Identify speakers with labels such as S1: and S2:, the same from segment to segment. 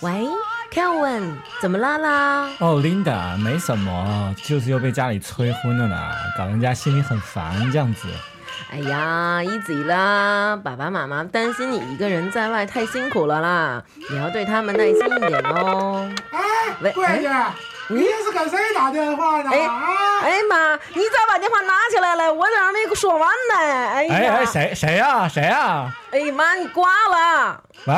S1: 喂，Kevin，怎么啦啦？
S2: 哦，Linda，没什么，就是又被家里催婚了啦，搞人家心里很烦这样子。
S1: 哎呀，easy 啦，爸爸妈妈担心你一个人在外太辛苦了啦，你要对他们耐心一点哦。喂
S3: 哎，桂姐，你这是给谁打电话呢？
S1: 哎
S3: 啊，
S1: 哎妈，你咋把电话拿起来了？我咋还没说完呢？哎呀，
S2: 哎哎，谁谁呀、谁呀、
S1: 哎呀妈，你挂了！
S2: 喂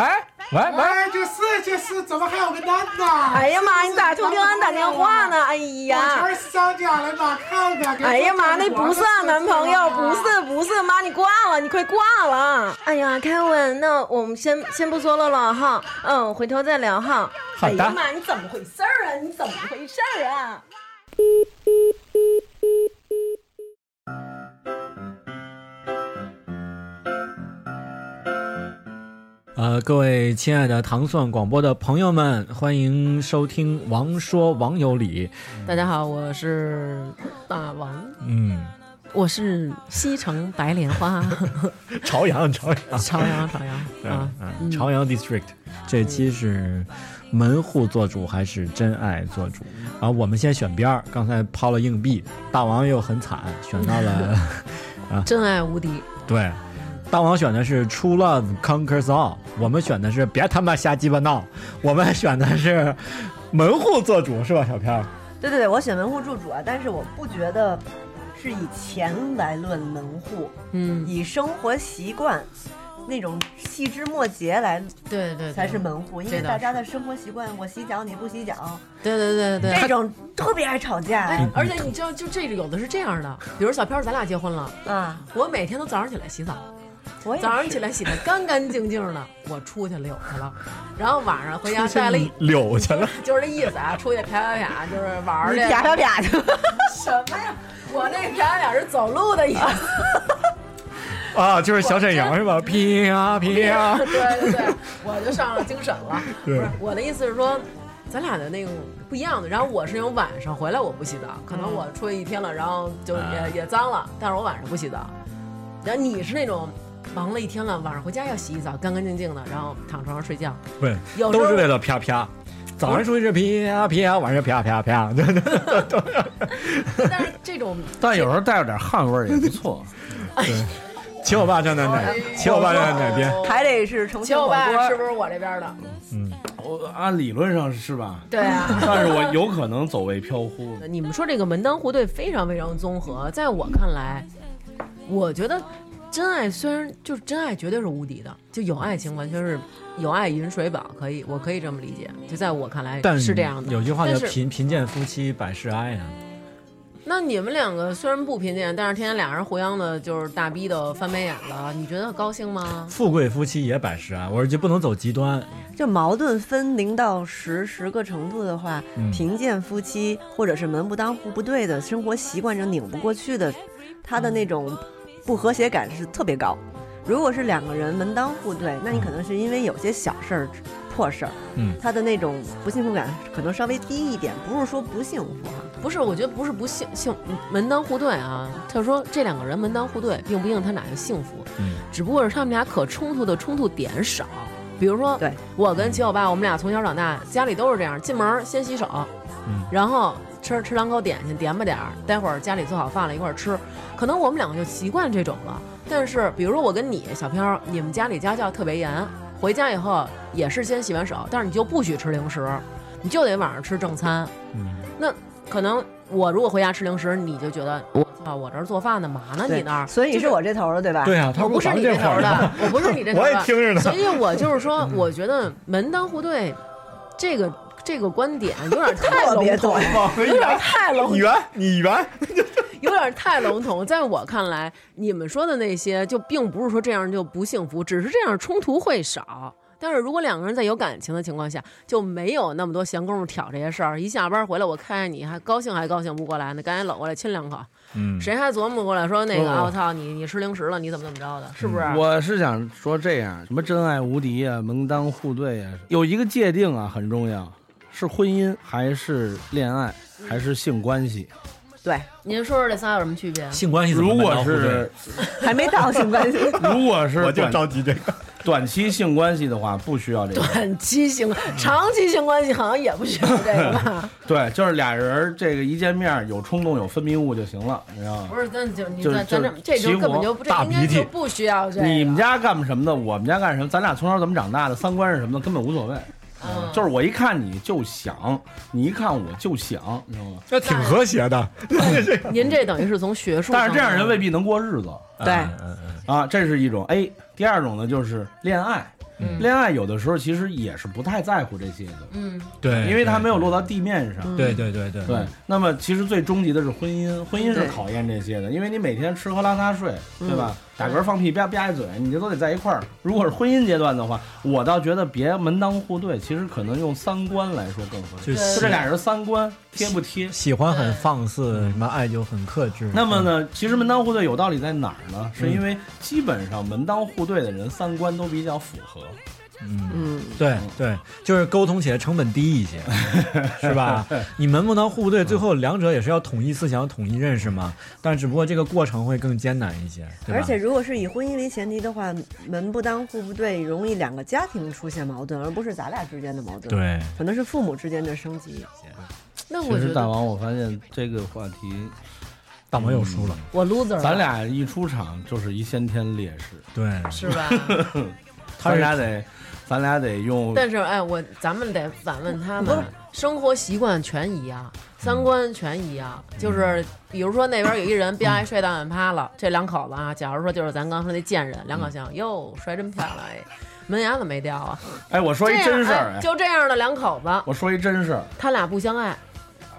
S2: 喂喂，
S3: 哎，就是就是，怎么还有个男的？哎
S1: 哎呀妈，你咋就给俺打电话呢？？哎
S3: 我
S1: 呀，
S3: 全是商家来嘛，看看。给
S1: 哎呀妈，那
S3: 这
S1: 不是俺男朋友，不是不是，妈你挂了，你快挂了！哎呀，凯文，那我们先先不说了了哈，嗯，回头再聊哈。
S2: 好的
S1: 哎呀妈，你怎么回事儿啊？你怎么回事儿啊？
S2: 呃，各位亲爱的糖蒜广播的朋友们，欢迎收听《王说王有理》。
S4: 大家好，我是大王，
S2: 嗯，
S4: 我是西城白莲花，
S2: 朝阳，朝阳，
S4: 朝阳，朝阳啊，
S2: 嗯，朝阳 District。这期是门户做主还是真爱做主？然后我们先选边儿，刚才抛了硬币，大王又很惨，选到了
S4: 真爱无敌。
S2: 对，大王选的是 True Love Conquers All，我们选的是别他妈瞎鸡巴闹，我们选的是门户做主是吧，小飘？
S5: 对对对，我选门户做主啊，但是我不觉得是以钱来论门户，
S4: 嗯，
S5: 以生活习惯那种细枝末节来
S4: 对对，
S5: 才是门户，因为
S4: 这倒
S5: 大家的生活习惯，我洗脚你不洗脚，
S4: 对对对对
S5: 这
S4: 对。
S5: 种特别爱吵架
S4: 哎，而且你知道，就这里有的是这样的，比如小飘，咱俩结婚了，
S5: 啊！
S4: 我每天都早上起来洗澡，
S5: 我也
S4: 早上
S5: 是
S4: 起来洗的干干净净的，我出去溜去了，然后晚上回家带了一，
S2: 柳去了，
S4: 就是这意思啊，出去啪啪啪，就是玩儿哦
S5: 你
S4: 去。
S5: 啪啪啪去，
S4: 什么呀？ 我那啪啪啪是走路的意思。
S2: 啊，就是小沈阳是 吧？劈啊劈啊！
S4: 对对对，我就上精神了。不
S2: 对
S4: 是，我的意思是说，咱俩的那个不一样的。然后我是那种晚上回来我不洗澡，可能我出去一天了，然后就也、
S2: 啊
S4: 也脏了，但是我晚上不洗澡。然后你是那种忙了一天了，晚上回家要洗一澡，干干净净的，然后躺床上睡觉。
S2: 不是，
S4: 有时
S2: 都
S4: 候
S2: 是为了啪啪。早上出去是劈啊劈啊，晚上啪啪啪， 对对
S4: 但是这种
S6: 但有时候带着点汗味儿也不错。
S2: 请我爸站在哪？请我爸站在哪边？
S5: 还得是重庆
S4: 秦我
S5: 火
S4: 爸是
S5: 锅。
S4: 不是我这边的？
S6: 我按理论上是吧？
S4: 对啊。
S6: 但是我有可能走位飘忽。
S4: 你们说这个门当户对非常非常综合，在我看来，我觉得真爱虽然就是真爱绝对是无敌的，就有爱情完全是有爱饮水饱，可以我可以这么理解，就在我看来是这样的。
S2: 有句话叫
S4: 但是
S2: 贫贫贱夫妻百事哀啊。
S4: 那你们两个虽然不贫贱，但是天天俩人互相的就是大逼的翻白眼了，你觉得高兴吗？
S2: 富贵夫妻也百事哀，我说就不能走极端。
S5: 就矛盾分零到十十个程度的话，
S2: 嗯
S5: 贫贱夫妻或者是门不当户不对的生活习惯上拧不过去的，他的那种不和谐感是特别高。如果是两个人门当户对，那你可能是因为有些小事儿、破事儿，
S2: 嗯
S5: 他的那种不幸福感可能稍微低一点，不是说不幸福哈。
S4: 不是，我觉得不是不幸幸门当户对啊，他说这两个人门当户对，并不一定他俩就幸福，
S2: 嗯
S4: 只不过是他们俩可冲突的冲突点少。比如说，
S5: 对
S4: 我跟七九八，我们俩从小长大，家里都是这样，进门儿先洗手，
S2: 嗯
S4: 然后吃吃两口点心，点吧点儿，待会儿家里做好饭了一块儿吃。可能我们两个就习惯这种了。但是，比如说我跟你小飘，你们家里家教特别严，回家以后也是先洗完手，但是你就不许吃零食，你就得晚上吃正餐。
S2: 嗯，
S4: 那可能我如果回家吃零食，你就觉得我操，我这儿做饭呢，嘛呢你那儿？
S5: 所以
S4: 就是
S5: 我这头的对吧？
S2: 对啊，
S4: 我
S2: 他
S4: 不是
S2: 咱
S4: 你
S2: 们
S4: 这
S2: 会
S4: 头
S2: 儿
S4: 的，我不是你这 头
S2: 我也
S4: 的。
S2: 听着 呢。
S4: 所以我就是说，我觉得门当户对这个这个观点有点太
S5: 特
S4: 笼
S5: 别
S4: 统
S5: 懂，
S4: 有点太笼统
S2: 你，圆，你圆，
S4: 有点太笼统。在我看来，你们说的那些就并不是说这样就不幸福，只是这样冲突会少。但是如果两个人在有感情的情况下，就没有那么多闲工夫挑这些事儿。一下班回来，我看见你还高兴还高兴不过来呢，赶紧搂过来亲两口。
S2: 嗯，
S4: 谁还琢磨过来说那个
S6: 嗯
S4: 啊我操你你吃零食了你怎么怎么着的，是不是？
S5: 嗯
S6: 我是想说这样，什么真爱无敌啊，门当户对啊，有一个界定啊很重要，是婚姻还是恋爱还是性关系？
S5: 对，
S4: 您说说这仨有什么区别？啊
S2: 性关系怎么
S6: 如
S2: 门
S6: 果
S2: 当户对
S6: 是
S5: 还没到性关系，
S6: 如果是
S2: 我就
S6: 短
S2: 着急这 个，
S6: 短期性关系的话，不需要这个。
S4: 短期性、长期性关 系好像也不需要 这个吧？
S6: 对，就是俩人儿这个一见面儿有冲动有分泌物就行了，你知道吗
S4: 不？是，咱就你
S6: 就
S4: 咱咱
S6: 就
S4: 这这
S6: 齐
S4: 种根本
S6: 活
S4: 就不，这
S2: 大
S4: 应该
S2: 鼻涕
S4: 就不需要这个。
S6: 你们家干什么的，我们家干什么，咱俩从小怎么长大的，三观是什么的，根本无所谓。
S4: 嗯
S6: 就是我一看你就想，你一看我就想，你知道吗？
S2: 那挺和谐 的。
S4: 您这等于是从学术，
S6: 但是这样人未。必能过日子
S5: 对
S2: 嗯嗯嗯
S6: 啊，这是一种 A。第二种呢，就是恋爱，
S2: 嗯
S6: 恋爱有的时候其实也是不太在乎这些的，
S4: 嗯，
S2: 对，
S6: 因为它没有落到地面上。
S2: 对。对对对
S6: 对，，那么其实最终极的是婚姻，婚姻是
S5: 对
S6: 考验这些的，因为你每天吃喝拉撒睡，对吧？打嗝放屁吧吧一嘴，你这都得在一块儿。如果是婚姻阶段的话，我倒觉得别门当户对，其实可能用三观来说更合适。
S2: 就
S4: 对
S6: 就
S2: 喜
S6: 这俩人三观贴不贴？
S2: 喜欢很放肆，什么爱就很克制。
S6: 那么
S4: 嗯
S6: 呢，其实门当户对有道理在哪儿呢？是因为基本上门当户对的人三观都比较符合。
S2: 嗯？嗯，
S5: 嗯，
S2: 对对，就是沟通起来成本低一 些，是吧？你门不当户不对，最后两者也是要统一思想、统一认识嘛。但只不过这个过程会更艰难一些，对吧？
S5: 而且如果是以婚姻为前提的话，门不当户不对，容易两个家庭出现矛盾，而不是咱俩之间的矛盾。，
S2: 对，
S5: 可能是父母之间的升级。
S4: 那
S6: 其
S4: 我
S6: 实
S4: 觉
S6: 大
S4: 得
S6: 王，我发现这个话题，
S2: 大王又输了，
S4: 我 loser，了
S6: 咱俩一出场就是一先天劣势，
S2: 对，
S4: 是吧？
S2: 他
S6: 咱
S2: 是
S6: 俩得，咱俩得用。
S4: 但是哎，我咱们得反问他们，生活习惯全一样，三观全一样，就是比如说那边有一人吧唧摔到俺趴了，这两口子啊，假如说就是咱刚说那贱人，两口子想哟摔真漂亮哎，门牙怎么没掉啊？
S6: 哎，我说一真事
S4: 这样
S6: 儿，
S4: 哎
S6: 哎，
S4: 就这样的两口子，
S6: 我说一真事儿，
S4: 他俩不相爱，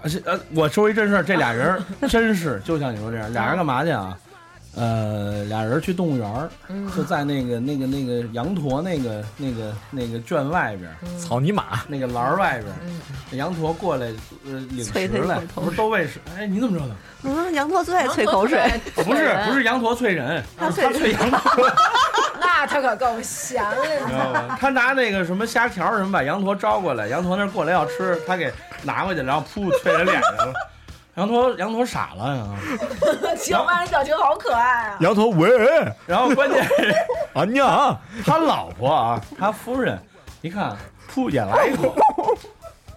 S6: 而且呃，我说一真事儿，这俩人 儿真是就像你说这样，俩人干嘛去啊？呃，俩人去动物园儿，
S4: 嗯
S6: 就在那个那个那个羊驼那个那个那个圈外边儿，
S2: 草泥马，
S6: 那个栏儿外边儿，这羊驼过来呃领食
S5: 啐他一
S6: 来
S5: 口，嗯头
S6: 不是都喂食？哎，你怎么知道的？
S5: 嗯，羊驼最爱啐口水，
S4: 对，
S6: 不是不是羊驼啐人，
S5: 他
S6: 他
S5: 啐
S6: 啐羊驼，
S1: 啊
S4: 那他可够闲
S6: 你
S4: 的。
S6: 知道吗？他拿那个什么虾条儿什么把羊驼招过来，羊驼那儿过来要吃，他给拿过去，然后噗啐人脸上了。羊驼羊驼傻了啊呀，
S4: 青蛙那表情好可爱啊！
S2: 摇头喂，
S6: 然后关键是。
S2: 啊娘，
S6: 他老婆啊，他夫人，一看，噗也来一口。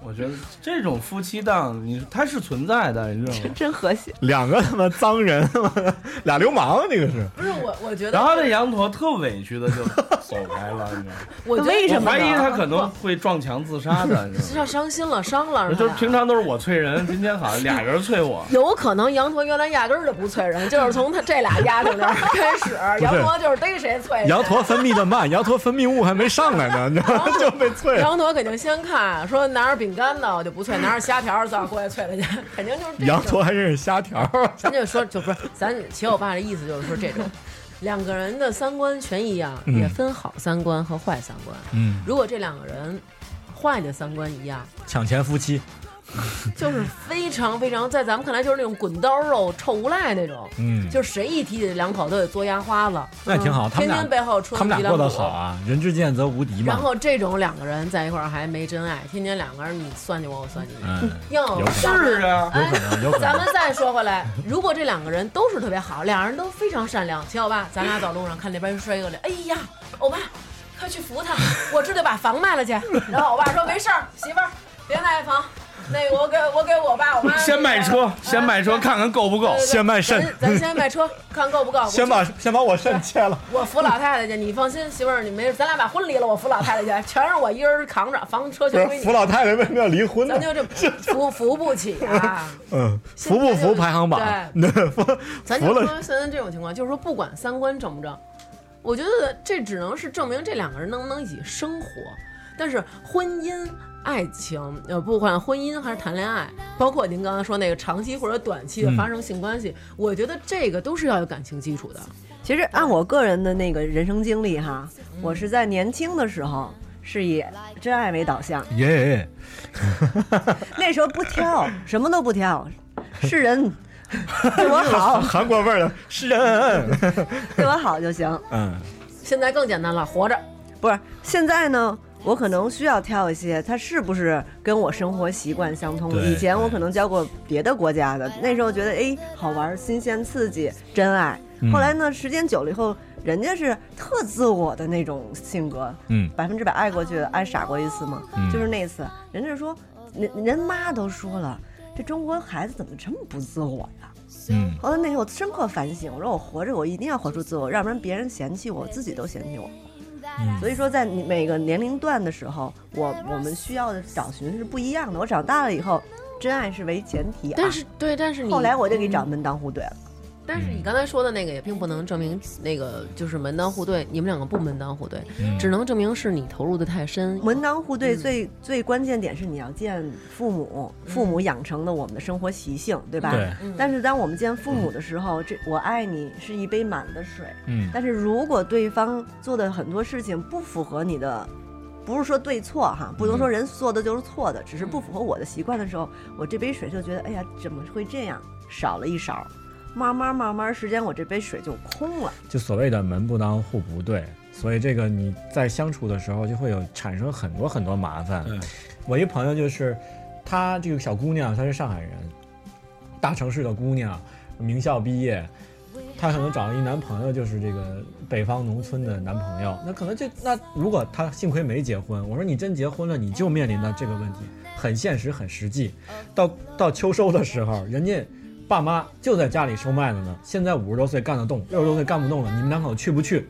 S6: 我觉得这种夫妻档，你它是存在的，你知道吗？
S5: 真和谐。
S2: 两个他妈脏人， 俩流氓，这个是。
S4: 不是我，我觉得
S6: 然后那羊驼特委屈的就走开了，你知道吗？
S4: 我觉得
S5: 为什
S6: 我
S5: 么
S6: 怀疑
S5: 呢？
S6: 他可能会撞墙自杀的，你知道
S4: 要伤心了，伤了
S5: 啊
S6: 吗？
S4: 让他
S6: 就
S4: 俩。。
S6: 是平常都是我催人，今天好像俩人催我
S4: 有可能羊驼原来压根儿就不催人，就是从他这俩丫头那儿开始，羊驼就是逮谁催谁。
S2: 羊驼分泌的慢，羊驼分泌物还没上来呢，你知道
S5: 哦
S2: 吗？ 就被啐了。
S4: 羊驼肯定先看，说拿着饼干呢我就不催，拿着虾条儿早过来催他去，肯定就是这种
S2: 羊驼。还认识虾条儿，
S4: 咱就说，就不是咱齐我爸的意思，就是说这种。两个人的三观全一样，
S2: 嗯
S4: 也分好三观和坏三观。
S2: 嗯，
S4: 如果这两个人坏的三观一样，
S2: 抢钱夫妻，
S4: 就是非常非常，在咱们看来就是那种滚刀肉、臭无赖那种。
S2: 嗯，
S4: 就是谁一提起这两口都得嘬牙花子，
S2: 那也挺好。他们
S4: 嗯天天背
S2: 俩
S4: 后说
S2: 他们俩过得好。啊，人之见则无敌嘛。
S4: 然后这种两个人在一块儿还没真爱，天天两个人你算计我，我算计你。
S2: 嗯，
S4: 哟
S2: 有，可
S6: 是啊，
S2: 有可能，有可
S4: 哎咱
S2: 能
S4: 们。再说回来，如果这两个人都是特别好，俩人都非常善良，秦小爸，咱俩走路上看那边摔过来，哎呀，欧巴，快 去扶他，我这就把房卖了去。然后我爸说没事儿，媳妇儿别卖房，那个我给我给我爸我 妈呃
S6: 先卖车，先卖车，看看够不够。
S2: 先卖肾
S4: 咱咱先 卖车，看够不够。
S2: 先把先把我肾切 了，
S4: 我扶老太太去，你放心，媳妇儿，你没事，咱俩把婚离了，我扶老太太去，全是我一人扛着，房车
S2: 不
S4: 全
S2: 是
S4: 归你
S2: 扶。老太太为什么要离婚呢
S4: 咱？就这扶扶不起啊！
S2: 嗯，服不服排行榜？ 服
S4: 咱
S2: 服
S4: 就
S2: 了，
S4: 说现在这种情况，就是说不管三观正不正，我觉得这只能是证明这两个人能不能一起生活。但是婚姻、爱情，呃，不管婚姻还是谈恋爱，包括您刚才说那个长期或者短期的发生性关系，我觉得这个都是要有感情基础的。
S5: 其实按我个人的那个人生经历哈，我是在年轻的时候是以真爱为导向，
S2: 耶，
S5: 那时候不挑，什么都不挑，是人 对我好，
S2: 韩国味儿的
S4: 嗯
S2: 是人，
S5: 对我好就行。
S2: 嗯，
S4: 现在更简单了，活着。
S5: 不是，现在呢，我可能需要挑一些，它是不是跟我生活习惯相通的？
S2: 对
S5: 以前我
S2: 对
S5: 可能交过别的国家的，那时候觉得哎好玩、新鲜、刺激、真爱
S2: 嗯。
S5: 后来呢，时间久了以后，人家是特自我的那种性格，
S2: 嗯
S5: 百分之百爱过去的，爱傻过一次嘛，
S2: 嗯
S5: 就是那次，人家说，人人妈都说了，这中国孩子怎么这么不自我呀？
S2: 嗯
S5: 后来那天我深刻反省，我说我活着我一定要活出自我，要不然别人嫌弃我，我自己都嫌弃我。
S2: 嗯
S5: 所以说，在你每个年龄段的时候，我我们需要的找寻是不一样的。我长大了以后，真爱是为前提、啊，
S4: 但是对，但是你
S5: 后来我就给找门当户对了。
S4: 但是你刚才说的那个也并不能证明那个就是门当户对，你们两个不门当户对，只能证明是你投入的太深。
S5: 门当户
S4: 嗯
S5: 对最、最关键点是你要见父母，父母养成的我们的生活习性，对吧？
S2: 对
S4: 嗯
S5: 但是当我们见父母的时候，这“我爱你”是一杯满的水。
S2: 嗯
S5: 但是如果对方做的很多事情不符合你的，不是说对错哈，不能说人做的就是错的，只是不符合我的习惯的时候，我这杯水就觉得，哎呀，怎么会这样？少了一勺，慢慢慢慢时间，我这杯水就空了。
S2: 就所谓的门不当户不对，所以这个你在相处的时候就会有产生很多很多麻烦。
S6: 嗯
S2: 我一朋友就是，她这个小姑娘，她是上海人，大城市的姑娘，名校毕业，她可能找一男朋友就是这个北方农村的男朋友，那可能这那如果她幸亏没结婚，我说你真结婚了，你就面临到这个问题，很现实很实际。到到秋收的时候，人家。爸妈就在家里收麦子呢，现在五十多岁干得动，六十多岁干不动了，你们两口去不去？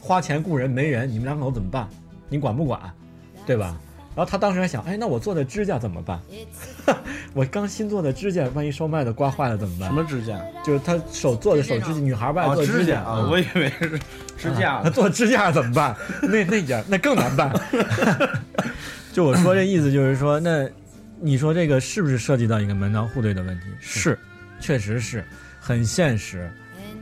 S2: 花钱雇人没人，你们两口怎么办？你管不管？对吧？然后他当时还想，哎，那我做的指甲怎么办？ 我刚新做的指甲，万一烧麦子刮坏了怎么
S6: 什
S2: 办？
S6: 么指甲？
S2: 就是他手做的手指甲，女孩儿不爱
S6: 哦，
S2: 做
S6: 指
S2: 甲
S6: 啊，我以为是指甲
S2: 那
S6: 呢。
S2: 做支架怎么办？ 那那也那更难办。 就我说这意思就是说，那你说这个是不是涉及到一个门当户对的问题？是，确实是很现实。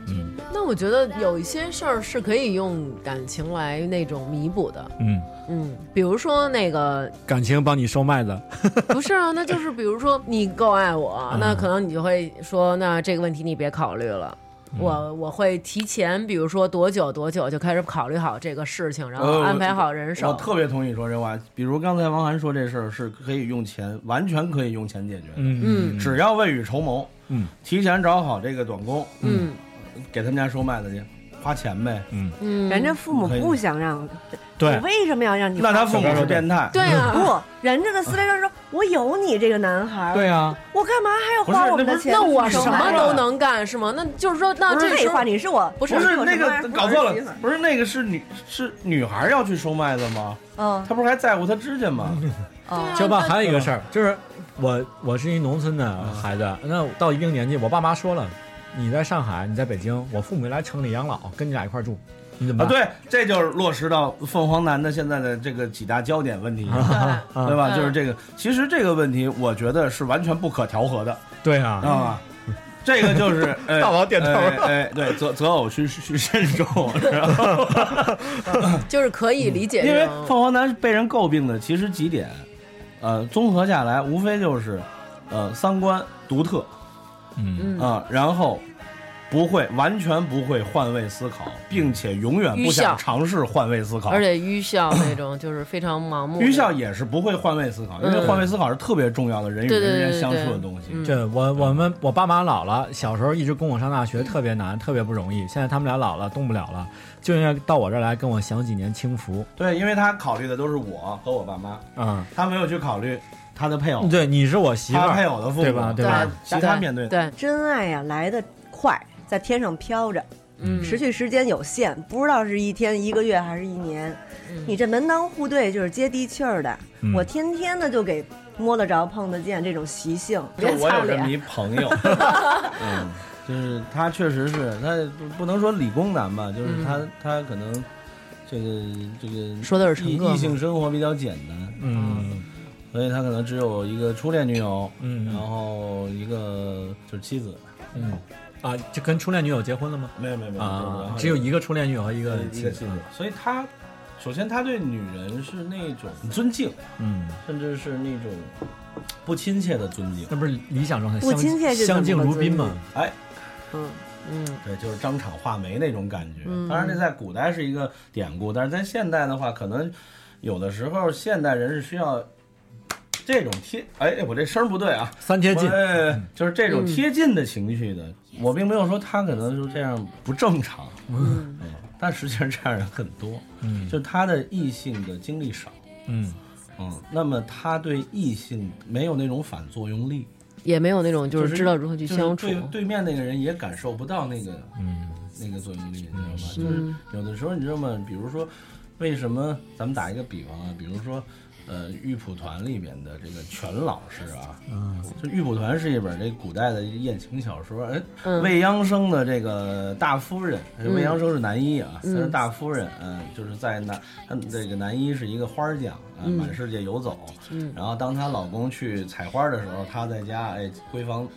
S2: 嗯
S4: 那我觉得有一些事儿是可以用感情来那种弥补的，
S2: 嗯，
S4: 嗯，比如说那 个
S2: 感情帮你收麦子，
S4: 不是啊，那就是比如说你够爱
S6: 嗯
S4: 我，那可能你就会说，那这个问题你别考虑了。
S6: 嗯
S4: 我我会提前，比如说多久多久就开始考虑好这个事情，然后
S6: 呃
S4: 安排好人
S6: 我
S4: 手。
S6: 特别同意你说这话。比如刚才王涵说这事儿是可以用钱，完全可以用钱解决的。
S2: 嗯
S6: 只要未雨绸缪，
S2: 嗯，
S6: 提前找好这个短工，
S4: 嗯
S6: 给他们家收麦子去，花钱呗。
S4: 嗯，
S5: 人家父母
S6: 可以
S5: 不想让，
S2: 对
S5: 我，为什么要让你
S6: 那
S5: 花钱？
S6: 他父母是变态，
S4: 对啊，
S5: 不，人家的思维上说，我有你这个男孩，
S6: 对啊，
S5: 我干嘛还要
S6: 不是
S5: 花我们
S6: 那
S5: 的
S6: 不是
S5: 钱去
S4: 那我
S5: 收买？
S4: 什么
S6: 啊
S4: 都能干是吗？那就是说，那
S5: 不是
S4: 这
S5: 废
S4: 时候
S5: 话，你是我
S4: 不
S6: 不是
S5: 我
S6: 那
S5: 我
S6: 个
S5: 什么
S6: 搞错
S5: 我是媳妇
S6: 了
S5: 儿，
S6: 不是那个是女是女孩要去收麦子吗？
S5: 嗯
S6: 她不是还在乎她指甲吗？
S5: 哦，
S2: 交爸还有一个事儿，就是我我是一农村的孩子，那到一定年纪，我爸妈说了，你在上海，你在北京，我父母来城里养老，跟你俩一块儿住，你怎么
S6: 啊，
S2: 办？
S6: 对，这就是落实到凤凰男的现在的这个几大焦点问题上，
S2: 啊
S6: 对吧？
S4: 嗯
S6: 就是这个，其实这个问题我觉得是完全不可调和的，
S2: 对
S6: 知
S2: 啊，
S6: 道 吗？这个就是哎
S2: 大王点头
S6: 哎，哎对，择择偶需需慎 重，知道吗？
S4: 就是可以理解
S6: 因
S4: 这
S6: 为
S4: 种，
S6: 凤凰男被人诟病的其实几点，呃，综合下来无非就是，呃，三观独特
S2: 嗯
S4: 嗯，
S6: 啊、然后不会完全不会换位思考，并且永远不
S4: 愚孝
S6: 想尝试换位思考，
S4: 而且愚孝那种就是非常盲目的。
S6: 愚孝也是不会换位思考，因为
S4: 嗯
S6: 换位思考是特别重要的人与
S4: 对对对
S6: 人之
S4: 对
S6: 间相
S4: 对
S6: 处的东西。
S4: 嗯
S2: 这我我们我爸妈老了，小时候一直供我上大学，特别难，特别不容易。现在他们俩老了，动不了了，就应该到我这儿来跟我享几年清福。
S6: 对，因为他考虑的都是我和我爸妈，
S2: 嗯，
S6: 他没有去考虑他的配偶，
S2: 对，你是我媳妇
S6: 啊他配
S2: 儿，
S6: 偶的父母，
S2: 对吧？对
S4: 对
S2: 吧？
S6: 其他面对
S4: 对，
S5: 真爱呀、来的快，在天上飘着，
S4: 嗯，
S5: 持续时间有限，不知道是一天、一个月还是一年。你这门当户对就是接地气儿的，
S2: 嗯
S5: 我天天的就给摸得着、碰得见这种习性。
S6: 就
S4: 别
S6: 我
S4: 擦
S6: 有这么
S4: 脸。
S6: 一 朋友，嗯，就是他确实是他不不能说理工男吧，就是他、他可能这个这个
S4: 嗯说的是陈
S6: 异
S4: 哥吗
S6: 异性生活比较简单，
S2: 嗯
S6: 所以他可能只有一个初恋女友，
S2: 嗯
S5: 哦
S6: 然后一个就是妻子，
S2: 嗯，啊，就跟初恋女友结婚了吗？
S6: 没有没有没有，
S2: 啊，
S6: 就是
S2: 只有一个初恋女友和一
S6: 个
S2: 个
S6: 一
S2: 妻
S6: 个
S2: 子啊
S6: 妻子。，所以他首先他对女人是那种尊敬，
S2: 嗯，
S6: 甚至是那种不亲切的尊敬。
S2: 那不是理想状态，
S5: 不
S2: 相
S5: 亲切是
S2: 相
S5: 怎
S2: 敬
S5: 么
S2: 如
S5: 个
S2: 宾
S5: 尊
S2: 嘛
S5: 敬。
S6: 哎，
S5: 嗯，
S4: 嗯，
S6: 对，就是张场画眉那种感觉。当然，这在古代是一个典故，但是在现代的话，可能有的时候现代人是需要这种贴，哎，我这声儿不对啊，
S2: 三贴近，
S6: 哎，就是这
S4: 嗯
S6: 种贴近的情绪的。我并没有说他可能就这样不正常，嗯，但实际上这样人很多，
S2: 嗯
S6: 就他的异性的经历少，
S2: 嗯，
S6: 嗯，那么他对异性没有那种反作用力，
S4: 也没有那种就是
S6: 是
S4: 知道如何去
S6: 就是
S4: 相处。
S6: 对对面那个人也感受不到那个，
S2: 嗯，
S6: 那个作用力，你知道吗？
S4: 嗯
S6: 就是有的时候，你知道吗？比如说，为什么咱们打一个比方啊？比如说，呃，玉蒲团里面的这个全老师啊，嗯，就玉蒲团是一本这古代的艳情小说，哎，未央生的这个大夫人，哎未央生是男一啊，她是大夫人，嗯，就是在南，嗯这个男一是一个花匠啊，满世界游走，然后当她老公去采花的时候，她在家哎闺房，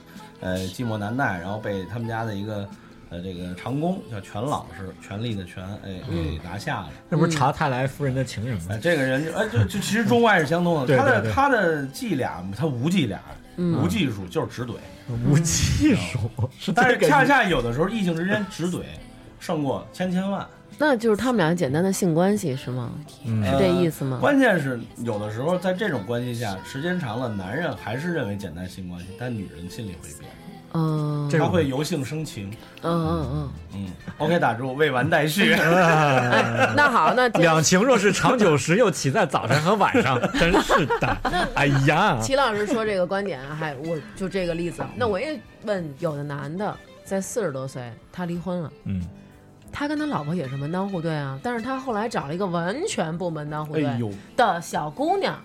S6: 呃寂寞难耐，然后被他们家的一个。呃，这个长工叫权老师，权力的权，哎，给拿下了。
S2: 那不
S5: 嗯
S2: 是查泰莱夫人的情人吗
S6: 哎，？这个人就，哎，就就其实中外是相通 的。
S2: 对
S6: 他
S2: 对
S6: 的
S2: 对
S6: 他的伎俩，他无伎俩，无技术就是直怼。
S2: 无
S6: 嗯
S2: 技术，
S6: 但是
S2: 这个
S6: 恰恰有的时候异性之间直怼胜过千千万，
S4: 那就是他们俩简单的性关系是吗？
S2: 嗯
S4: 是这意思吗？
S6: 关键是有的时候在这种关系下，时间长了，男人还是认为简单性关系，但女人心里会变，
S4: 嗯
S2: 这
S6: 她
S2: 种
S6: 会由性生情。
S4: 嗯嗯
S6: 嗯，OK，打住，未完待 续。
S4: 嗯。 那好，那今天
S2: 两情若是长久时，又岂在早晨和晚上？真是的，哎呀，
S4: 齐老师说这个观点啊，还我就这个例子，那我也问，有的男的在四十多岁，他离婚了，
S2: 嗯，
S4: 他跟他老婆也是门当户对啊，但是他后来找了一个完全不门当户对
S6: 哎呦
S4: 的小姑娘。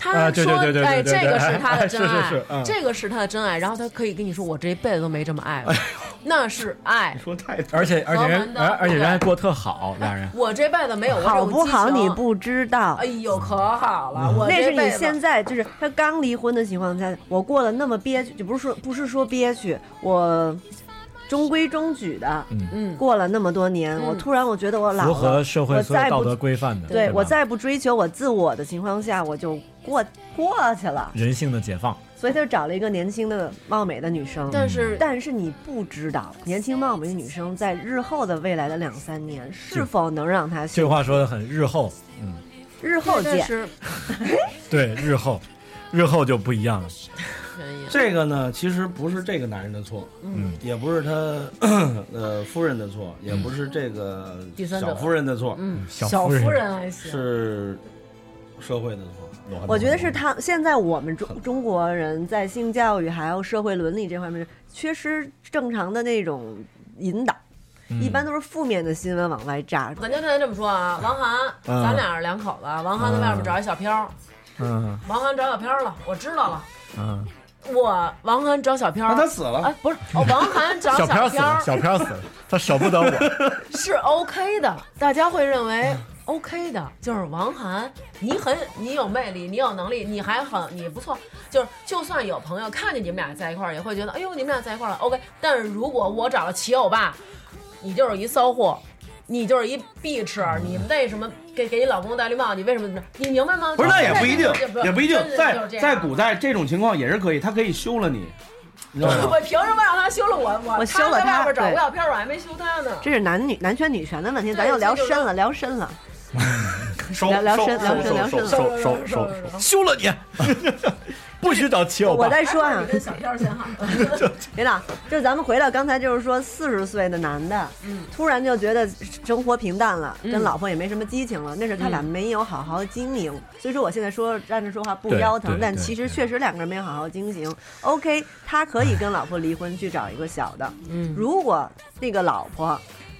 S4: 他
S2: 啊对
S4: 说：“
S2: 对对对
S4: 哎，
S2: 对对
S4: 这个是他的
S2: 哎
S4: 真
S2: 是是是
S4: 爱，
S2: 嗯
S4: 这个是他的真爱。”然后他可以跟你说：“我这一辈子都没这么
S2: 哎
S4: 爱过，那是爱。
S6: 说太
S2: 而且而且人
S4: 门当
S2: 而而且人还
S4: 户对
S2: 过特好，俩人
S4: 我这辈子没有过这
S5: 好
S4: 种
S5: 不好
S4: 激情
S5: 你不知道
S4: 哎。呦，可好了，我
S2: 哎
S5: 那
S4: 这
S5: 是你
S4: 辈子
S5: 现在就是他刚离婚的情况下，我过得那么憋屈，就不是说不是说憋屈，我中规中矩的，
S4: 嗯
S5: 过了那么多年，我突然我觉得我
S2: 嗯
S5: 老
S2: 符
S5: 了，
S2: 合社会
S5: 我
S2: 所有
S5: 再
S2: 道
S5: 不
S2: 德规范的，
S5: 对
S2: 吧
S5: 我再不追求我自我的情况下，我就过过去了，
S2: 人性的解放，
S5: 所以他就找了一个年轻的貌美的女生。
S4: 但是
S5: 但是你不知道，年轻貌美的女生在日后的未来的两三年是否能让她
S2: 这
S5: 幸福？
S2: 话说的很日后，
S5: 日后
S4: 但
S5: 见。
S4: 是
S2: 对日后，日后就不一样了，
S4: 原因
S6: 这个呢，其实不是这个男人的错，嗯，也不是他 呃夫人的错，也不是这个
S4: 第三者
S6: 小夫人的错，
S4: 嗯，
S2: 小
S4: 小
S2: 夫人
S4: 夫人还行，
S6: 是社会的错。
S5: 我觉得是他现在我们中中国人在性教育还有社会伦理这方面缺失正常的那种引导，
S4: 嗯
S5: 一般都是负面的新闻往外炸。
S4: 咱就咱这么说啊，王涵，
S2: 嗯
S4: 咱俩是两口子，王涵在外面找一小飘儿，
S2: 嗯
S4: 王涵找小飘儿了，我知道了，
S2: 嗯，
S4: 我王涵找小飘儿，
S6: 那他死了
S4: 哎，不是，哦王 涵找
S2: 小
S4: 飘
S2: 飘死了，小飘死了，他舍不得我，
S4: 是 OK 的，大家会认为 OK 的，就是王涵，你很你有魅力，你有能力，你还很你不错，就是就算有朋友看见你们俩在一块儿，也会觉得哎呦你们俩在一块儿了 OK。但是如果我找了齐欧巴，你就是一骚货。你就是一 bitch，你为什么给给你老公戴绿帽？你为什么？你明白吗？
S6: 不是，那也不一定，也不一定
S4: 真，的就
S6: 在
S4: 是这样
S6: 在古代这种情况也是可以，他可以休了你，你知道吗？
S4: 我凭什么让他休了我？我
S5: 我休
S4: 他
S5: 了
S4: 在
S5: 他
S4: 外边找
S5: 对
S4: 吴小片儿，我还没休他呢。
S5: 这是男女男权女权的问题，
S4: 对
S5: 咱又聊
S4: 这就是
S5: 深了，聊深了。
S6: 收
S5: 聊聊
S6: 收
S5: 深
S6: 收
S5: 聊深聊
S6: 收
S5: 深
S6: 收收收收，
S2: 休了你，不许找七欧
S5: 我
S2: 巴，
S5: 再说
S4: 哎
S5: 啊
S4: 你，跟小片儿先 好。
S5: 领导，就是咱们回到刚才，就是说四十岁的男的，
S4: 嗯
S5: 突然就觉得生活平淡了，跟老婆也没什么激情了，那是他俩
S4: 嗯
S5: 没有好好经营。所以说我现在说站着说话不
S2: 对
S5: 腰疼
S2: 对，
S5: 但
S2: 对
S5: 其
S2: 对
S5: 实确实两个人没有好好经营。OK，他可以跟老婆离婚去找一个小的，
S4: 嗯
S5: 如果那个老婆。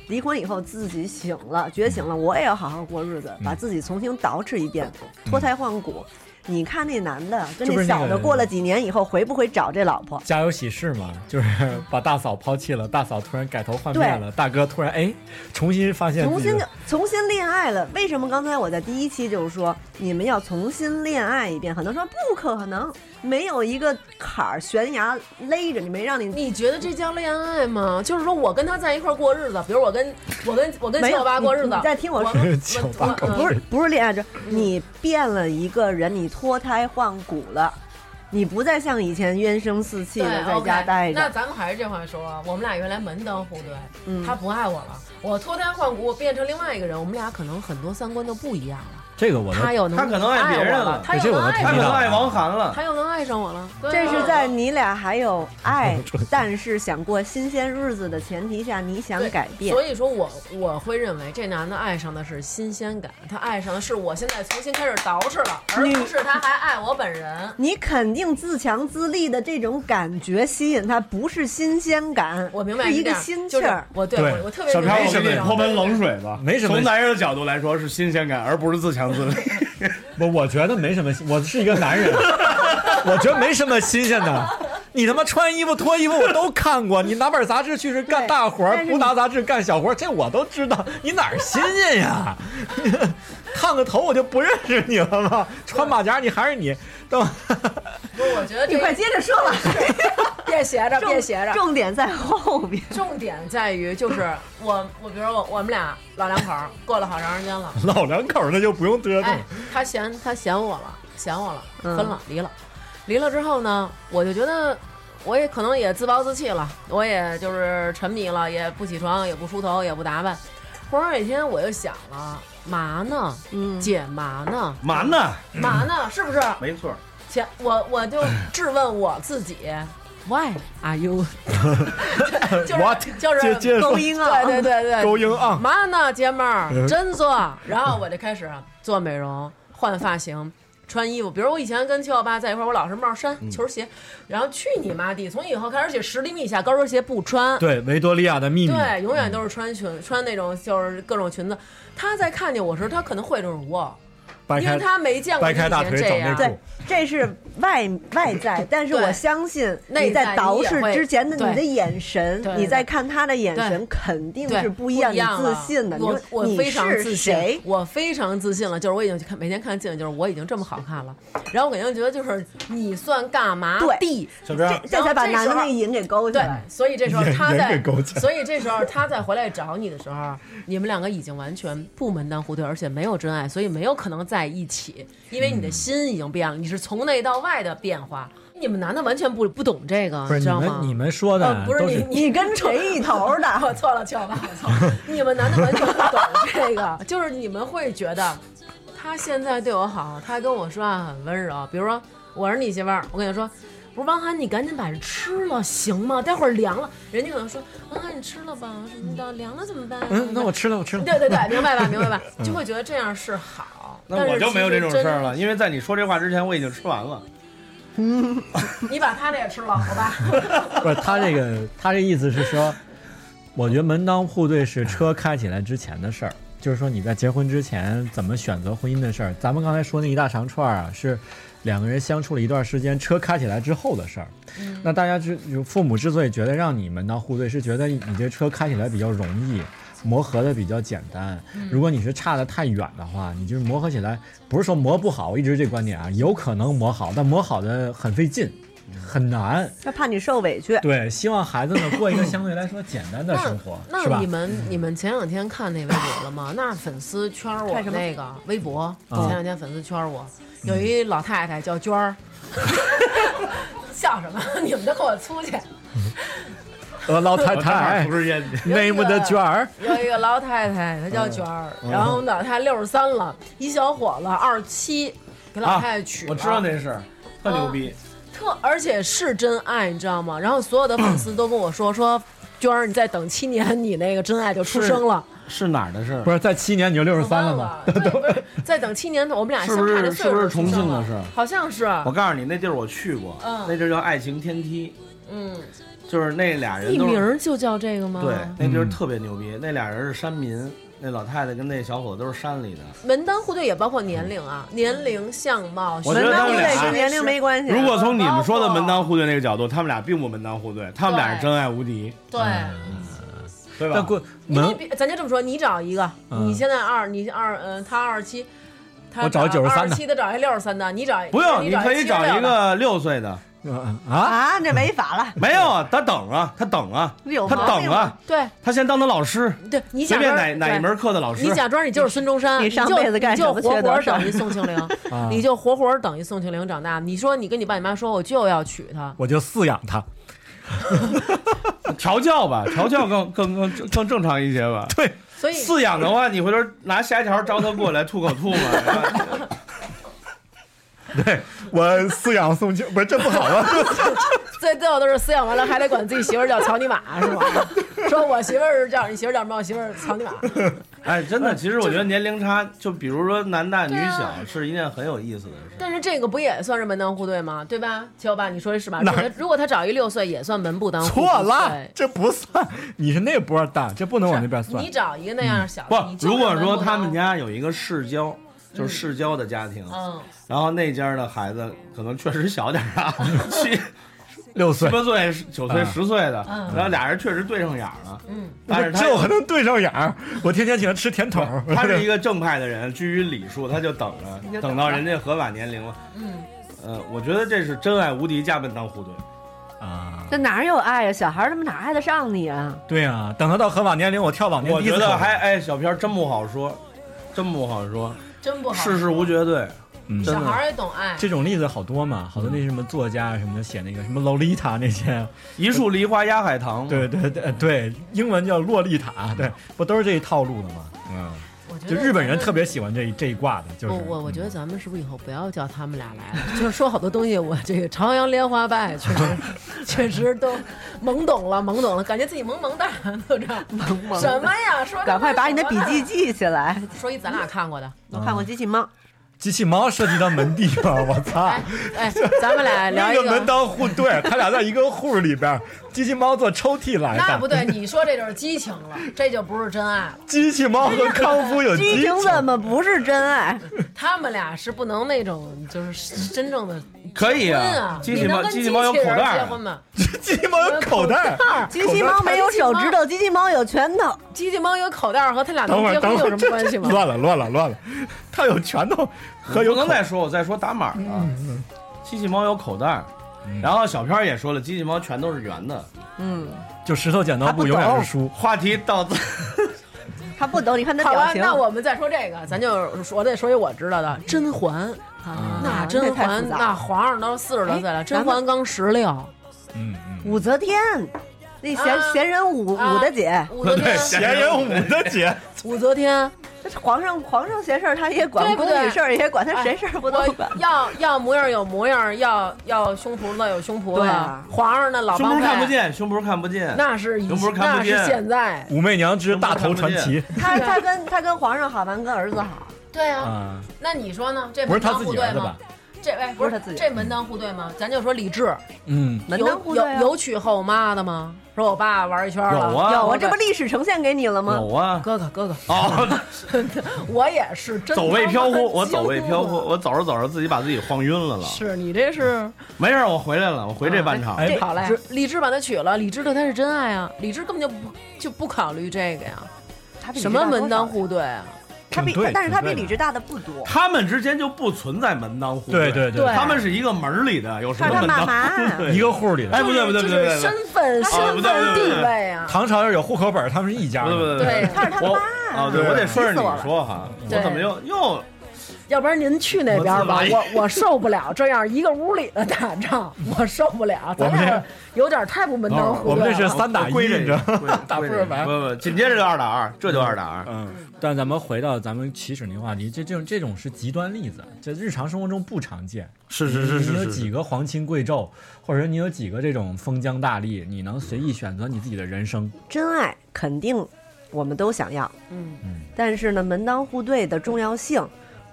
S5: 离婚以后自己醒了，觉醒了，我也要好好过日子，
S2: 嗯
S5: 把自己重新捯饬一遍，脱胎换骨。你看那男的跟
S2: 这不
S5: 那
S2: 是那
S5: 小的
S2: 个
S5: 过了几年以后，回不回找这老婆？
S2: 家有喜事 嘛，就是把大嫂抛弃了，大嫂突然改头换面了，大哥突然哎，重新发现
S5: 重
S2: 自己
S5: 新
S2: 的
S5: 就重新恋爱了。为什么刚才我在第一期就是说你们要重新恋爱一遍？很多人说不可能，没有一个坎儿悬崖勒着你，没让你。
S4: 你觉得这叫恋爱吗？就是说我跟他在一块儿过日子，比如我跟我跟我跟
S5: 没有
S4: 小八过日
S5: 你
S4: 子，
S5: 你再听我说嗯
S4: 们
S2: 酒吧
S4: 我
S2: 狗
S4: 我
S2: 味儿
S5: 不是恋爱，这你变了一个人，你脱胎换骨了，你不再像以前冤声四起
S4: 对
S5: 的在家
S4: OK，
S5: 待
S4: 那
S5: 着。
S4: 咱们还是这话说啊，我们俩原来门当户对，
S5: 嗯
S4: 他不爱我了，我脱胎换骨，我变成另外一个人，我们俩可能很多三观都不一样了。
S2: 这个我
S4: 他
S2: 的
S4: 又能
S6: 他可能爱别人
S4: 我
S6: 了
S4: 他
S2: 这
S4: 又
S2: 我
S4: 能
S2: 都
S4: 爱
S6: 他
S4: 上
S6: 可
S2: 知
S6: 能
S2: 道
S6: 爱王涵了。
S4: 他又能爱上我了。对
S5: 这
S4: 啊
S5: 是在你俩还有爱，但是想过新鲜日子的前提下，你想
S4: 对
S5: 改变
S4: 所。以说我我会认为这男的爱上的是新鲜感，他爱上的是我现在重新开始捯饬了，而不是他还爱我本人。
S5: 你肯定自强自立的这种感觉吸引他，不是新鲜感，
S4: 我明白
S5: 是
S4: 是
S5: 一
S4: 这
S5: 个
S4: 样
S5: 新气
S4: 就是
S5: 儿。
S4: 我对
S2: 对
S4: 我我特别
S2: 小
S4: 明白
S2: 飘
S6: 没什
S4: 这
S6: 么
S4: 种
S6: 泼盆冷水吧，
S2: 没什么
S6: 从男人的角度来说是新鲜感，而不是自强自立。
S2: 我我觉得没什么，我是一个男 人，我觉得没什么新鲜的。你他妈穿衣服脱衣服我都看过，你拿本杂志去是干
S5: 对
S2: 大活
S5: 但
S2: 儿，
S5: 是
S2: 不
S5: 你
S2: 拿杂志干小活儿，这我都知道。你哪儿新鲜呀？ 烫个头我就不认识你了吗？穿马甲你还是你，都
S4: 不是，我觉得
S5: 你
S4: 这
S5: 快
S4: 个
S5: 接着说吧，
S4: 别斜着，别
S5: 重
S4: 斜着。
S5: 重点在后边。
S4: 重点在于就是我我比如我我们俩老两口儿过了好长时间了，
S2: 老两口儿那就不用折腾
S4: 哎
S2: 了。，
S4: 他嫌他嫌我了，嫌我了，
S5: 嗯
S4: 分了，离了，离了之后呢，我就觉得我也可能也自暴自弃了，我也就是沉迷了，也不起床，也不梳头，也不打扮。忽然有一天我就想了，嘛呢，
S5: 嗯，
S4: 姐嘛呢，
S6: 嘛呢？
S4: 嘛
S2: 嗯
S4: 呢，是不是？
S6: 没错，
S4: 前我我就质问我自己，Why are you？就是
S2: What？
S4: 就是
S2: 接接着说
S5: 勾音啊，
S4: 对对对对，
S2: 勾英啊，
S4: 嘛呢，姐们
S2: 嗯
S4: 儿，真做。然后我就开始做美容、换发型、穿衣服。比如我以前跟七幺八在一块儿，我老是帽衫、
S2: 嗯
S4: 球鞋，然后去你妈地！从以后开始起，十厘米以下高跟鞋不穿。
S2: 对，维多利亚的秘密，嗯
S4: 对，永远都是穿裙，穿那种就是各种裙子。他在看见我时，他可能会就是哇，
S2: 掰
S4: 因
S2: 开
S4: 为他没见过
S2: 掰
S4: 以
S2: 开
S4: 前
S2: 大腿
S4: 这
S2: 整内
S4: 样。
S2: 裤
S5: 对，这是外外 在，但是
S4: 对
S5: 我相信
S4: 内
S5: 你
S4: 在
S5: 在捯
S4: 你也会
S5: 饬之前的
S4: 对
S5: 你的眼神
S4: 对，
S5: 你在看他的眼神
S4: 对
S5: 肯定
S4: 对，
S5: 是
S4: 不
S5: 不一样，你
S4: 了
S5: 自信的。你
S4: 我
S5: 说
S4: 我
S5: 你
S4: 非常
S5: 是
S4: 自
S5: 谁
S4: 信，？我非常自信了，就是我已经看每天看镜，就是我已经这么好看了。然后我肯定觉得就是你算干嘛
S5: 对
S4: 地？
S6: 小
S5: 这
S6: 彪，
S5: 这才把
S4: 然后这
S5: 男
S4: 时候
S5: 的那个瘾给勾起
S4: 对
S2: 哎
S5: 来，，
S4: 所以这时候
S2: 人
S4: 他
S2: 人
S4: 在
S2: 给勾起，来
S4: 所以这时候他再回来找你的时候，你们两个已经完全不门当户对，而且没有真爱，所以没有可能在一起，因为你
S2: 嗯
S4: 的心已经变了，你是从内到外的变化。你们男的完全不不懂这个，
S2: 不是
S4: 知
S2: 你
S4: 道
S2: 们
S4: 吗？
S2: 你们说的
S4: 呃不是
S2: 都
S4: 你
S2: 是
S5: 你跟谁一头
S4: 我
S5: 的？
S4: 错了，错了，我错了。你们男的完全不懂这个，就是你们会觉得他现在对我好，他跟我说话很温柔。比如说，我是你媳妇儿，我跟你说，不是王涵，你赶紧把这吃了行吗？待会儿凉了，人家可能说，王涵你吃了吧，什么的，凉了怎么办、
S2: 嗯，那我吃了我吃了，
S4: 对对对，明白吧，明白吧，就会觉得这样是好。
S6: 那
S4: 但是
S6: 我就没有这种
S4: 其实
S6: 事
S4: 真
S6: 儿了，因为在你说这话之前，我已经吃完了。
S4: 你把他的也吃了，好吧？，
S2: 不是他这个，他这意思是说，我觉得门当户对是车开起来之前的事儿，就是说你在结婚之前怎么选择婚姻的事儿。咱们刚才说那一大长串儿啊，是两个人相处了一段时间，车开起来之后的事儿。那大家之就父母之所以觉得让你门当户对，是觉得你这车开起来比较容易。磨合的比较简单，如果你是差的太远的话，你就是磨合起来，不是说磨不好，我一直这观点啊，有可能磨好，但磨好的很费劲，很难。
S5: 他怕你受委屈。
S2: 对，希望孩子们过一个相对来说简单的生活
S4: 那
S2: 是吧
S4: 你？们你们前两天看那微博了 吗？那粉丝圈儿我
S5: 看什么
S4: 那个微博，
S6: 嗯
S2: 啊
S4: 前两天粉丝圈儿我有一老太太叫娟儿， 笑什么？你们都给我出去！
S2: 呃，老太
S6: 我正好
S2: 太
S6: 抽根烟去。
S2: ，name 的娟儿，
S4: 有一个老太太，她叫娟儿，
S6: 嗯
S4: 然后我们老太太六十三了，一小伙子二十七，给老
S6: 啊
S4: 太太娶了。
S6: 我知道那事儿，特牛逼。
S4: 特，而且是真爱，你知道吗？然后所有的粉丝都跟我说说，娟儿，你再等七年，你那个真爱就出生了。
S6: 是哪儿的事儿
S2: 不？是在七年你就六十三了吗？
S4: 吗？对，不是再等七年，我们俩
S6: 是
S4: 相
S6: 不是
S4: 差这岁数
S6: 是不是
S4: 就出生
S6: 重庆的
S4: 了
S6: 事儿
S4: 好像是，
S6: 我告诉你，那地儿我去过，
S4: 嗯
S6: 那地儿叫爱情天梯，
S4: 嗯，
S6: 就是那俩人
S4: 艺
S6: 都是
S4: 名儿就叫这个吗？
S6: 对，那地儿特别牛逼。那俩人是山民，那老太太跟那小伙子都是山里的。
S4: 门当户对也包括年龄
S5: 嗯
S4: 啊，年龄、相貌、
S6: 我觉
S5: 门
S6: 得嗯
S5: 当
S6: 他
S5: 户
S6: 们
S5: 对
S6: 俩
S5: 跟年龄没关系。
S6: 如果从你们说的
S4: 包括
S6: 门当户对那个角度，他们俩并不门当户对，他们俩是真爱无敌，
S4: 对。
S6: 对吧？
S2: 但过
S4: 因为
S2: 门，
S4: 比咱就这么说，你找一个，
S2: 嗯
S4: 你现在二，你二，嗯，他二十七，他
S2: 我找93的
S4: 二十七的找一六十三的，你找
S6: 不用，你可以
S4: 找
S6: 找
S4: 76
S6: 一
S4: 的，
S6: 个六岁的。
S2: 嗯啊，
S5: 啊，这违法了。
S6: 没有啊，他等啊，他等啊，
S5: 有
S6: 他
S5: 毛
S6: 等
S5: 病
S6: 啊，
S4: 对
S6: 他先当他老师，
S4: 对，你
S6: 随
S4: 假
S6: 便
S4: 装
S6: 哪哪
S4: 对
S6: 一门课的老师
S4: 你。假装你就是孙中山，
S5: 你
S4: 你就
S5: 上辈子干什
S4: 你就
S5: 么
S4: 活
S5: 缺
S4: 活
S5: 德
S4: 儿
S5: 事儿
S4: 等于宋 庆龄
S2: 啊，
S4: 你就活活儿等于宋庆龄长大。你说你跟你爸你妈说，我就要娶她，
S2: 我就饲养他，
S6: 调教吧，调教更更更更正常一些吧。
S2: 对，
S4: 所以
S6: 饲养的话，你回头拿虾条招它过来吐口吐沫。
S7: 对我饲养送进，不是这不好啊 吗？
S4: 最最后都是饲养完了还得管自己媳妇儿叫草泥马是吗？ 说我媳妇儿是叫你媳妇儿叫什么？我媳妇儿草泥 马。
S6: 哎，真的，其实我觉得年龄差，就比如说男大女小，是一件很有意思的事。
S4: 但是这个不也算是门当户对吗？对吧？七幺八，你说是吧？如果他如果他找一六岁，也算门不当户不
S7: 错了
S4: 对，
S7: 这不算，你是那波大，这不能往那边算
S5: 啊
S4: 你。找一个那样小的，
S6: 嗯不
S4: 你，就是
S6: 如果
S4: 门
S6: 说
S4: 不
S6: 他们
S4: 当
S6: 家有一个世交，就是世交的家庭，
S4: 嗯，
S6: 然后那家的孩子可能确实小点儿啊，七
S7: 六岁
S6: 七，八岁、九岁、
S7: 嗯
S6: 十岁的
S4: 嗯，
S6: 然后俩人确实对上眼儿了。
S4: 嗯，
S6: 但是他
S7: 这我还能对上眼儿。我天天请他吃甜筒，
S6: 他是一个正派的人，居于礼数，他就等着，等到人家合法年龄了。
S4: 嗯，
S6: 呃，我觉得这是真爱无敌加门当户对。
S7: 啊，
S5: 这哪有爱呀、小孩儿他们哪爱得上你啊？
S7: 对啊，等他到合法年龄，我跳往年
S6: 我
S7: 低
S6: 觉
S7: 走
S6: 得还哎，小片儿真不好说，真不好说，
S4: 真不好。
S6: 世事无绝对，
S7: 嗯
S6: 真
S4: 小孩
S6: 的。
S4: 儿也懂爱，
S2: 这种例子好多嘛，好多
S4: 嗯
S2: 那什么作家什么的写那个什么洛丽塔那些，
S6: 一树梨花压海棠嘛，
S2: 对对对对，英文叫洛丽塔，
S4: 嗯
S2: 对，不都是这一套路的吗？
S7: 嗯，
S4: 我觉
S2: 就
S4: 得
S2: 日本人
S4: 咱们
S2: 特别喜欢这一这一挂的，就是
S4: 嗯我哦我我觉得咱们是不是以后不要叫他们俩来了？就是说好多东西，我这个朝阳莲花拜确实确实都懵懂了，懵懂了，感觉自己萌萌哒，都这样。
S5: 萌萌
S4: 什么呀？说
S5: 赶快把你的笔
S4: 什么
S5: 记记起来。
S4: 呢，说一咱俩看过的。
S5: 我看过《机器猫》，
S6: 嗯
S2: 机器猫涉及到门第吗？我操！
S4: 哎，咱们俩聊
S7: 那
S4: 一
S7: 个
S4: 个
S7: 门。当户对，他俩在一个户里边儿，机器猫做抽屉来
S4: 那不
S7: 的，
S4: 对，你说这就是激情了，这就不是真爱了。
S7: 机器猫和康夫有
S5: 激
S7: 激
S5: 情怎么不是真爱？
S4: 他们俩是不能那种就是真正的
S6: 可以
S4: 婚啊
S6: 啊。。机器
S4: 你能
S6: 猫，
S4: 跟
S6: 机
S4: 机
S6: 器猫有
S4: 器
S6: 口
S4: 人
S6: 袋
S4: 结
S6: 儿
S4: 婚，吗？
S7: 机器猫有口袋儿，
S5: 机器猫没有手指头，机器猫有拳头。
S4: 机器猫有口袋儿和他俩
S7: 等
S4: 能
S7: 会
S4: 结
S7: 儿，
S4: 婚
S7: 等会儿，
S4: 有什么
S7: 这
S4: 关系
S7: 这
S4: 吗？
S7: 乱了，乱了，乱了！他有拳头和有
S6: 不能
S7: 口
S6: 再说，我再说打码了。
S2: 嗯
S6: 机器猫有口袋儿，然后小片儿也说了，机器猫全都是圆的。
S5: 嗯，
S2: 就石头剪刀布永远是输。
S6: 话题到此，
S5: 他不懂，你看他
S4: 好
S5: 表
S4: 吧，
S5: 情。
S4: 那我们再说这个，咱就说我得说一我知道的甄嬛，
S5: 啊
S4: 那甄
S5: 太复
S4: 嬛
S5: 杂
S4: 那皇上都四十多岁了，
S5: 哎
S4: 甄嬛刚十六，
S7: 嗯嗯，
S5: 武则天，那闲
S4: 啊
S5: 闲人武
S4: 啊
S5: 武的姐，
S4: 武则 天，
S7: 闲人武的姐，
S4: 武则天，
S5: 这皇上皇上闲事儿他也管
S4: 对，不
S5: 宫
S4: 对哎
S5: 女事儿也管，他谁事儿不都
S4: 我 啊
S5: 管？
S4: 要要模样有模样，要要胸脯子有胸脯
S5: 对
S4: 子
S5: 啊，
S4: 皇上那老
S6: 胸
S4: 帮
S6: 脯看不
S4: 派，
S6: 见，胸脯看不见。
S4: 那是以
S6: 胸脯看
S4: 那
S6: 不
S4: 是
S6: 见
S4: 现在，
S2: 武媚娘之大头传奇
S5: 他他跟他跟皇上好完跟儿子好，
S4: 对啊，
S2: 啊，
S4: 那你说呢？这
S2: 不是
S4: 门
S2: 他
S4: 当
S2: 自
S4: 户
S2: 己
S4: 对
S2: 儿子
S4: 吗
S2: 吧？？
S4: 这哎，
S5: 不是他自己
S4: 这门当户对吗？咱就说李治，
S2: 嗯，
S5: 门当户
S4: 有
S5: 对
S4: 有
S5: 啊。
S4: 有娶后妈的吗？说我爸玩一圈了，
S6: 有啊
S5: 有啊，这不历史呈现给你了吗？
S6: 有 啊，
S4: 哥哥哥哥，
S6: 哦，
S4: 我也是真
S6: 走位
S4: 他妈
S6: 飘
S4: 惊
S6: 忽，我走位飘忽，
S4: 了。
S6: 我走着走着自己把自己晃晕了了。
S4: 是你这是
S6: 没事儿，我回来了，我回
S4: 啊
S6: 这半场。
S2: 哎
S4: 好嘞，李治把他娶了，李治对他是真爱啊，李治根本就不就不考虑这个呀，
S5: 他比
S4: 什么
S5: 李治大多
S4: 门当
S5: 少
S4: 户对啊？
S5: 他比
S2: 挺对，
S5: 但是他
S2: 挺
S5: 比
S2: 对
S5: 李
S2: 的
S5: 治大的不多。
S6: 他们之间就不存在门当户
S2: 对
S6: 对
S2: 对对，
S6: 他们是一个门儿里的，有什
S5: 看
S6: 么
S5: 看
S6: 门
S5: 妈
S6: 当
S5: 妈
S4: 啊
S6: 户对？
S2: 一个户里的。
S6: 哎，不对不对不对不
S4: 就是
S6: 对，
S4: 身份、
S6: 哦
S4: 身
S6: 不对不
S4: 份
S6: 对不对
S4: 地位啊，
S2: 唐朝要有户口本，他们是一家
S6: 不
S2: 的。
S6: 对不对
S4: 对，
S5: 他是他
S6: 我
S5: 妈
S6: 啊，对我得顺
S5: 气
S6: 着
S5: 死我了
S6: 你说哈，
S4: 对
S6: 我怎么又又
S4: 要不然您去那边吧
S6: 我自，
S4: 我我受不了这样一个屋里的打仗，我受不了，咱俩有点太不门当户
S2: 哦我们
S4: 对
S2: 这是
S4: 了。
S2: 三打一，
S6: 归
S2: 你
S6: 这
S2: 知道吗？
S6: 个，
S2: 打
S6: 打
S2: 不
S6: 不
S2: 是白
S6: 不不，紧接着就二打二，这就二打二。
S2: 嗯，但咱们回到咱们起始那个话题，这这种这种是极端例子，这日常生活中不常见。
S6: 是
S2: 你有几个皇亲贵胄，或者说你有几个这种封疆大吏，你能随意选择你自己的人生？
S5: 真爱肯定我们都想要，
S4: 嗯
S5: 但是呢，门当户对的重要性，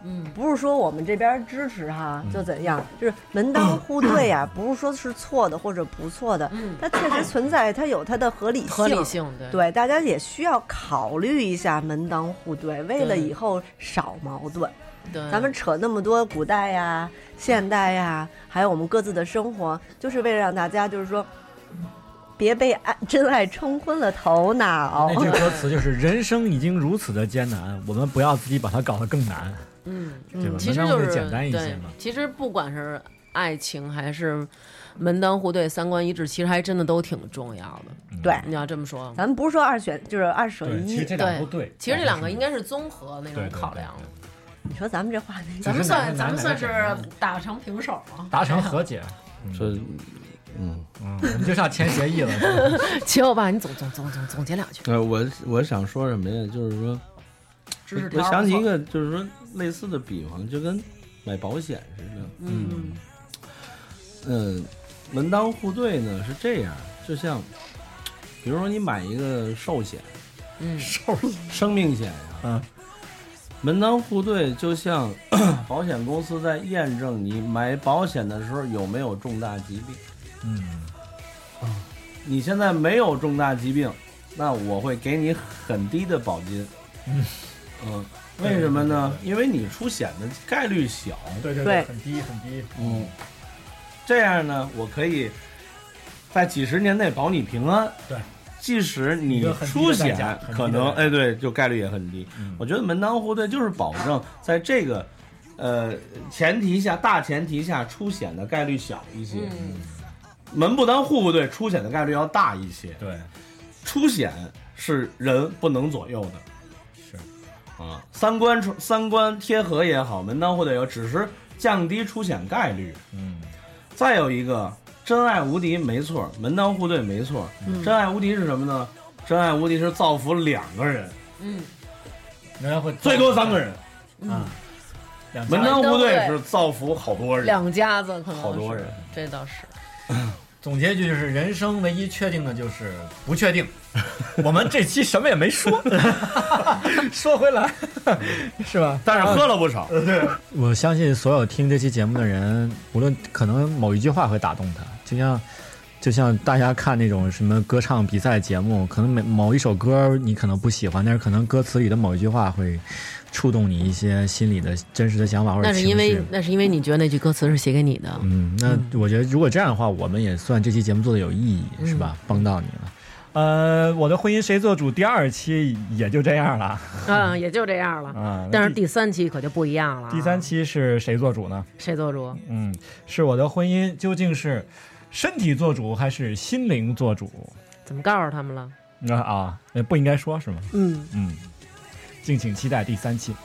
S4: 嗯，
S5: 不是说我们这边支持哈
S2: 嗯
S5: 就怎样，就是门当户对呀、不是说是错的或者不错的，
S4: 嗯
S5: 它确实存在，它有它的合理性。
S4: 合理性对。
S5: 对，大家也需要考虑一下门当户对，为了
S4: 对
S5: 以后少矛盾。
S4: 对
S5: 咱们扯那么多古代呀、现代呀，还有我们各自的生活，就是为了让大家就是说，别被爱真爱冲昏了头脑
S2: 那。句歌词就是“人生已经如此的艰难，我们不要自己把它搞得更难
S4: 嗯”，，
S2: 对吧？
S4: 其实
S2: 能让
S4: 就
S2: 我
S4: 是
S2: 们简单一些
S4: 对
S2: 嘛。
S4: 其实不管是爱情还是门当户对、三观一致，其实还真的都挺重要的。
S5: 对，
S4: 你要这么说，
S5: 咱们不是说二选，就是二选
S2: 对，其
S5: 一
S2: 实。这两个都对。
S4: 其实这两个应该是综合那
S2: 对
S4: 种
S2: 对
S4: 考量。
S5: 你说咱们这话题，
S4: 咱们
S2: 只
S4: 算
S2: 是哪
S4: 咱
S2: 个
S4: 们算是
S2: 哪个
S4: 打成平手啊，
S2: 嗯达成和解。
S6: 是嗯，
S2: 嗯，我们就差签协议 了。
S4: 齐欧巴，你总总总总总结两句。
S6: 呃，我我想说什么呀？就是说，
S4: 知识
S6: 我想起一个，就是说类似的比方，就跟买保险似的。
S4: 嗯，
S6: 嗯，门当户对呢是这样，就像，比如说你买一个寿险，
S4: 嗯
S6: 寿生命险呀、
S2: 嗯
S6: 门当户对就像 保险公司在验证你买保险的时候有没有重大疾病。
S2: 嗯，
S6: 你现在没有重大疾病，那我会给你很低的保金。
S2: 嗯
S6: 嗯为什么呢？因为你出险的概率小。
S2: 对对
S5: 对
S2: 很低很低。
S6: 嗯，这样呢，我可以在几十年内保你平安。
S2: 对，
S6: 即使
S2: 一
S6: 你
S2: 个很低的
S6: 出
S2: 代价
S6: 险
S2: 很低，的
S6: 可能
S2: 代价
S6: 哎对，就概率也很低。
S2: 嗯
S6: 我觉得门当户对就是保证在这个。呃，前提下大前提下出险的概率小一些，门不当户不对，出险的概率要大一些。
S2: 对，嗯
S6: 出险是人不能左右的，
S2: 是
S6: 啊，三观出三观贴合也好，门当户对也好，只是降低出险概率。
S2: 嗯
S6: 再有一个，真爱无敌没错，门当户对没错。真爱无敌是什么呢？真爱无敌是造福两个人，
S2: 仍然会
S6: 最多三个人。
S2: 啊。两家
S6: 门当户对
S4: 门当户对
S6: 是造福好多人。
S4: 两家子可能
S6: 好多
S4: 是
S6: 人，
S4: 这倒是。
S2: 总结一句就是：人生唯一确定的就是不确 定。我们这期什么也没说，说回 来是吧？
S6: 但是喝了不少，
S2: 我相信所有听这期节目的人，无论可能某一句话会打动他，就像就像大家看那种什么歌唱比赛节目，可能每某一首歌你可能不喜欢，但是可能歌词里的某一句话会触动你一些心里的真实的想法或者
S4: 那
S2: 情
S4: 是
S2: 绪。
S4: 因为那是因为你觉得那句歌词是写给你的，
S2: 嗯，那我觉得如果这样的话，我们也算这期节目做的有意义，是吧？帮到你了。呃，我的婚姻谁做主第二期也就这样了
S4: 嗯，也就这样了。
S2: 啊。
S4: 但是
S2: 第
S4: 第三期可就不一样了啊。
S2: 第三期是谁做主呢？
S4: 谁做主？
S2: 嗯，是我的婚姻究竟是身体做主还是心灵做主？
S4: 怎么告诉他们了？
S2: 啊啊，呃不应该说是吗？
S4: 嗯，
S2: 嗯，敬请期待第三期。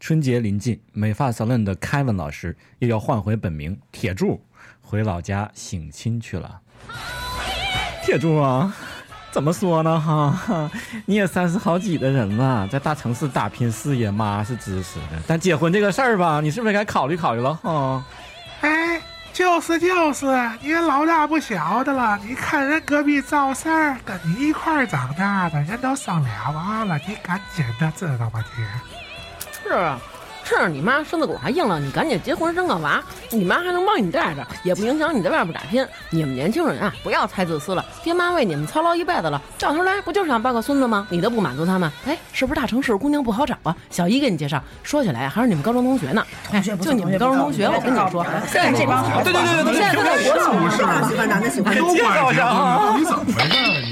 S2: 春节临近，美发 salon 的 Kevin 老师又要换回本名铁柱，回老家省亲去了。铁柱啊，怎么说呢哈哈，你也三十好几的人了，在大城市打拼事业，妈是支持的。但结婚这个事儿吧，你是不是该考虑考虑了哈？
S3: 哎，就是就是，你老大不小的了，你看人隔壁赵四儿跟你一块儿长大的，人都生俩娃了，你赶紧的，知道吗你？
S4: 是啊，是你妈身子骨还硬了，你赶紧结婚生个娃，你妈还能帮你带着，也不影响你在外边打拼。你们年轻人啊，不要太自私了，爹妈为你们操劳一辈子了，到头来不就是想抱个孙子吗？你都不满足他们，哎，是不是大城市姑娘不好找啊？小姨给你介绍，说起来还是你们高中同学呢，哎，就你们高中同学，我跟你说，现在这帮
S7: 对对对对对，
S4: 现在都在国企
S7: 不是，
S8: 喜欢男的喜欢
S7: 给介绍一下啊，你怎么回事？